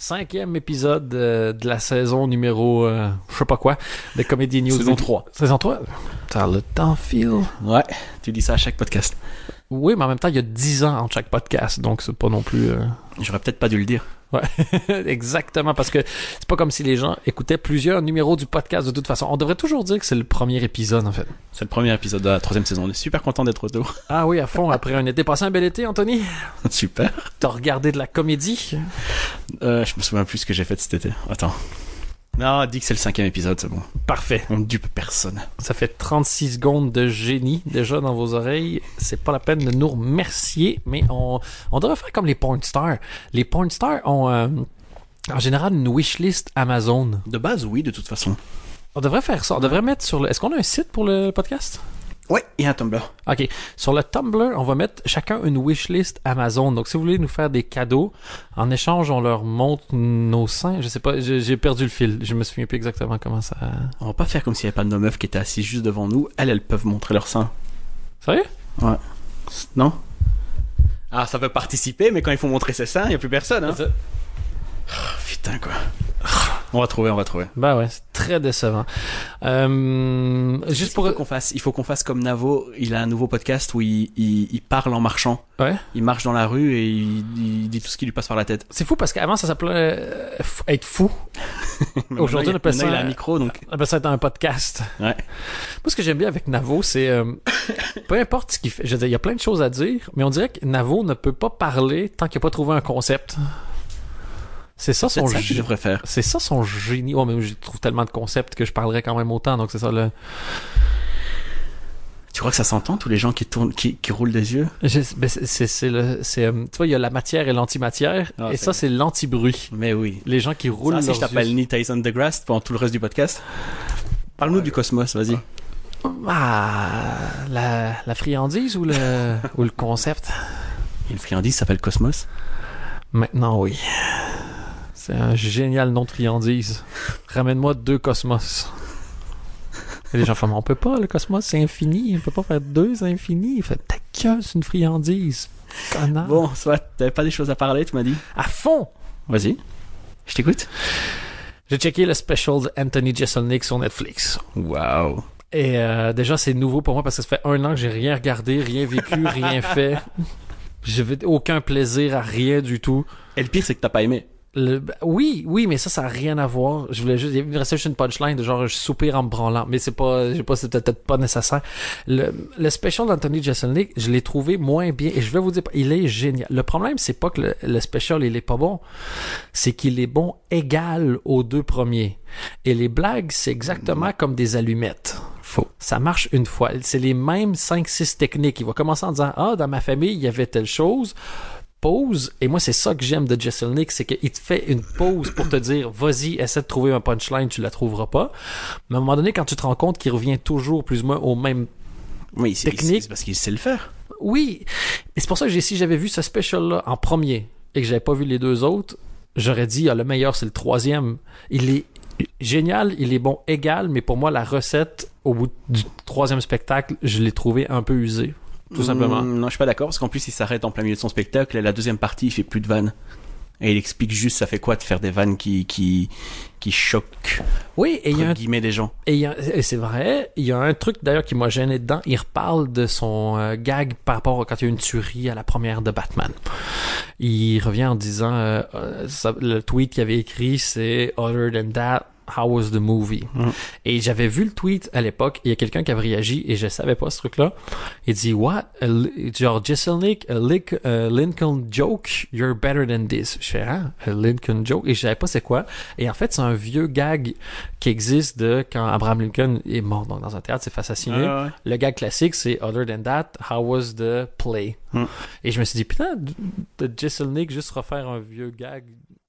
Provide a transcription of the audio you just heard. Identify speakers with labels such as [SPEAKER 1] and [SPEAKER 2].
[SPEAKER 1] Cinquième épisode euh, de la saison numéro, euh, je sais pas quoi, de Comedy News.
[SPEAKER 2] Saison trois.
[SPEAKER 1] Saison 3. le temps file.
[SPEAKER 2] Ouais, tu dis ça à chaque podcast.
[SPEAKER 1] Oui, mais en même temps, il y a 10 ans entre chaque podcast, donc c'est pas non plus... euh,
[SPEAKER 2] J'aurais peut-être pas dû le dire.
[SPEAKER 1] Ouais, exactement, parce que c'est pas comme si les gens écoutaient plusieurs numéros du podcast de toute façon. On devrait toujours dire que c'est le premier épisode, en fait.
[SPEAKER 2] C'est le premier épisode de la troisième saison. On est super content d'être autour.
[SPEAKER 1] Ah oui, à fond, après un été passé, un bel été, Anthony.
[SPEAKER 2] super.
[SPEAKER 1] T'as regardé de la comédie.
[SPEAKER 2] Euh, je me souviens plus ce que j'ai fait cet été. Attends. Non, dis que c'est le cinquième épisode, c'est bon.
[SPEAKER 1] Parfait.
[SPEAKER 2] On ne dupe personne.
[SPEAKER 1] Ça fait 36 secondes de génie déjà dans vos oreilles. C'est pas la peine de nous remercier, mais on, on devrait faire comme les porn stars. Les porn stars ont euh, en général une wishlist Amazon.
[SPEAKER 2] De base, oui, de toute façon.
[SPEAKER 1] On devrait faire ça. On devrait mettre sur le. Est-ce qu'on a un site pour le podcast?
[SPEAKER 2] Ouais, et un Tumblr.
[SPEAKER 1] OK. Sur le Tumblr, on va mettre chacun une wishlist Amazon. Donc, si vous voulez nous faire des cadeaux, en échange, on leur montre nos seins. Je sais pas, j'ai j'ai perdu le fil. Je me souviens plus exactement comment ça.
[SPEAKER 2] On va pas faire comme s'il n'y avait pas de nos meufs qui étaient assises juste devant nous. Elles, elles peuvent montrer leur sein.
[SPEAKER 1] Sérieux?
[SPEAKER 2] Ouais. Non Ah, ça peut participer, mais quand il faut montrer ses seins, il n'y a plus personne. Hein. Oh, putain, quoi. On va trouver, on va trouver.
[SPEAKER 1] Ben ouais, c'est très décevant. Euh, juste pour.
[SPEAKER 2] Il faut qu'on fasse, il faut qu'on fasse comme Navo. Il a un nouveau podcast où il, il- il parle en marchant.
[SPEAKER 1] Ouais.
[SPEAKER 2] Il marche dans la rue et il, il dit tout ce qui lui passe par la tête.
[SPEAKER 1] C'est fou parce qu'avant, ça s'appelait euh, f- être fou.
[SPEAKER 2] Mais
[SPEAKER 1] Aujourd'hui, on
[SPEAKER 2] maintenant,
[SPEAKER 1] appelle
[SPEAKER 2] il- maintenant,
[SPEAKER 1] ça-
[SPEAKER 2] Il a un micro, donc.
[SPEAKER 1] Ah ben, ça va être un podcast.
[SPEAKER 2] Ouais.
[SPEAKER 1] Moi, ce que j'aime bien avec Navo, c'est euh, peu importe ce qu'il fait. Je veux dire, il y a plein de choses à dire, mais on dirait que Navo ne peut pas parler tant qu'il n'a pas trouvé un concept. C'est ça
[SPEAKER 2] C'est
[SPEAKER 1] son
[SPEAKER 2] ça que je
[SPEAKER 1] jeu.
[SPEAKER 2] devrais faire.
[SPEAKER 1] C'est ça son génie. Oh, mais je trouve tellement de concepts que je parlerais quand même autant, donc c'est ça le.
[SPEAKER 2] Tu crois que ça s'entend, tous les gens qui tournent, qui, qui roulent des yeux
[SPEAKER 1] Je- ben, c'est- c'est c'est le. c'est, euh, tu vois, il y a la matière et l'antimatière,
[SPEAKER 2] Ah,
[SPEAKER 1] et
[SPEAKER 2] c'est
[SPEAKER 1] ça, c'est l'anti-bruit.
[SPEAKER 2] Mais oui.
[SPEAKER 1] Les gens qui roulent.
[SPEAKER 2] Ah, si
[SPEAKER 1] leurs
[SPEAKER 2] je t'appelle
[SPEAKER 1] yeux-
[SPEAKER 2] Neil Tyson DeGrasse pendant tout le reste du podcast. Parle-nous du cosmos, vas-y.
[SPEAKER 1] Ah, la, la friandise ou le, ou le concept
[SPEAKER 2] Et le friandise s'appelle Cosmos.
[SPEAKER 1] Maintenant, oui. C'est un génial nom de friandise. Ramène-moi deux cosmos. Et les gens font, Mais on peut pas, le cosmos, c'est infini. On peut pas faire deux infinis. Fait, ta gueule, c'est une friandise. Connard.
[SPEAKER 2] Ah. Bon, soit, t'avais pas des choses à parler, tu m'as dit.
[SPEAKER 1] À fond!
[SPEAKER 2] Vas-y. Je t'écoute.
[SPEAKER 1] J'ai checké le special d'Anthony Jeselnik sur Netflix.
[SPEAKER 2] Waouh.
[SPEAKER 1] Et euh, déjà, c'est nouveau pour moi parce que ça fait un an que j'ai rien regardé, rien vécu, rien fait. J'avais aucun plaisir à rien du tout.
[SPEAKER 2] Et le pire, c'est que t'as pas aimé.
[SPEAKER 1] Le- ben, Oui, oui, mais ça, ça n'a rien à voir. Je voulais juste. Il me restait juste une punchline de genre je soupire en me branlant, mais c'est pas, je sais pas, c'est peut-être pas nécessaire. Le, le special d'Anthony Jeselnik, je l'ai trouvé moins bien et je vais vous dire, il est génial. Le problème, c'est pas que le, le special il est pas bon, c'est qu'il est bon égal aux deux premiers. Et les blagues, c'est exactement comme des allumettes.
[SPEAKER 2] Faux.
[SPEAKER 1] Ça marche une fois. C'est les mêmes 5-6 techniques. Il va commencer en disant Ah, dans ma famille, il y avait telle chose. Pause. Et moi, c'est ça que j'aime de Jesselnik, c'est qu'il te fait une pause pour te dire Vas-y, essaie de trouver un punchline, tu la trouveras pas. Mais à un moment donné, quand tu te rends compte qu'il revient toujours plus ou moins au même
[SPEAKER 2] Oui, c'est
[SPEAKER 1] Technique.
[SPEAKER 2] c'est parce qu'il sait le faire.
[SPEAKER 1] oui, et c'est pour ça que j'ai- si j'avais vu ce special-là en premier et que j'avais pas vu les deux autres, j'aurais dit ah, le meilleur c'est le troisième. Il est génial, il est bon égal, mais pour moi la recette au bout du troisième spectacle, je l'ai trouvé un peu usée, tout simplement.
[SPEAKER 2] Mm, non, je suis pas d'accord parce qu'en plus, il s'arrête en plein milieu de son spectacle et la deuxième partie, il fait plus de vannes. Et il explique juste ça fait quoi de faire des vannes qui qui qui choquent
[SPEAKER 1] Oui, et il y
[SPEAKER 2] entre
[SPEAKER 1] a un
[SPEAKER 2] guillemets des gens.
[SPEAKER 1] Et, il y a- et c'est vrai, il y a un truc d'ailleurs qui m'a gêné dedans. Il reparle de son euh, gag par rapport à quand il y a eu une tuerie à la première de Batman. Il revient en disant euh, euh, ça- le tweet qu'il avait écrit, c'est Other than that. How was the movie?
[SPEAKER 2] Mm.
[SPEAKER 1] Et j'avais vu le tweet à l'époque, il y a quelqu'un qui avait réagi et je savais pas ce truc-là. Il dit, What? A li- Genre, Jeselnik, a lick- a Lincoln joke, you're better than this. Je fais, ah, a Lincoln joke. Et je savais pas c'est quoi. Et en fait, c'est un vieux gag qui existe de quand Abraham Lincoln est mort donc dans un théâtre, s'est fait assassiner.
[SPEAKER 2] Ah ouais.
[SPEAKER 1] Le gag classique, c'est Other than that, how was the play?
[SPEAKER 2] Hmm.
[SPEAKER 1] Et je me suis dit, putain, de Jesselnik juste refaire un vieux gag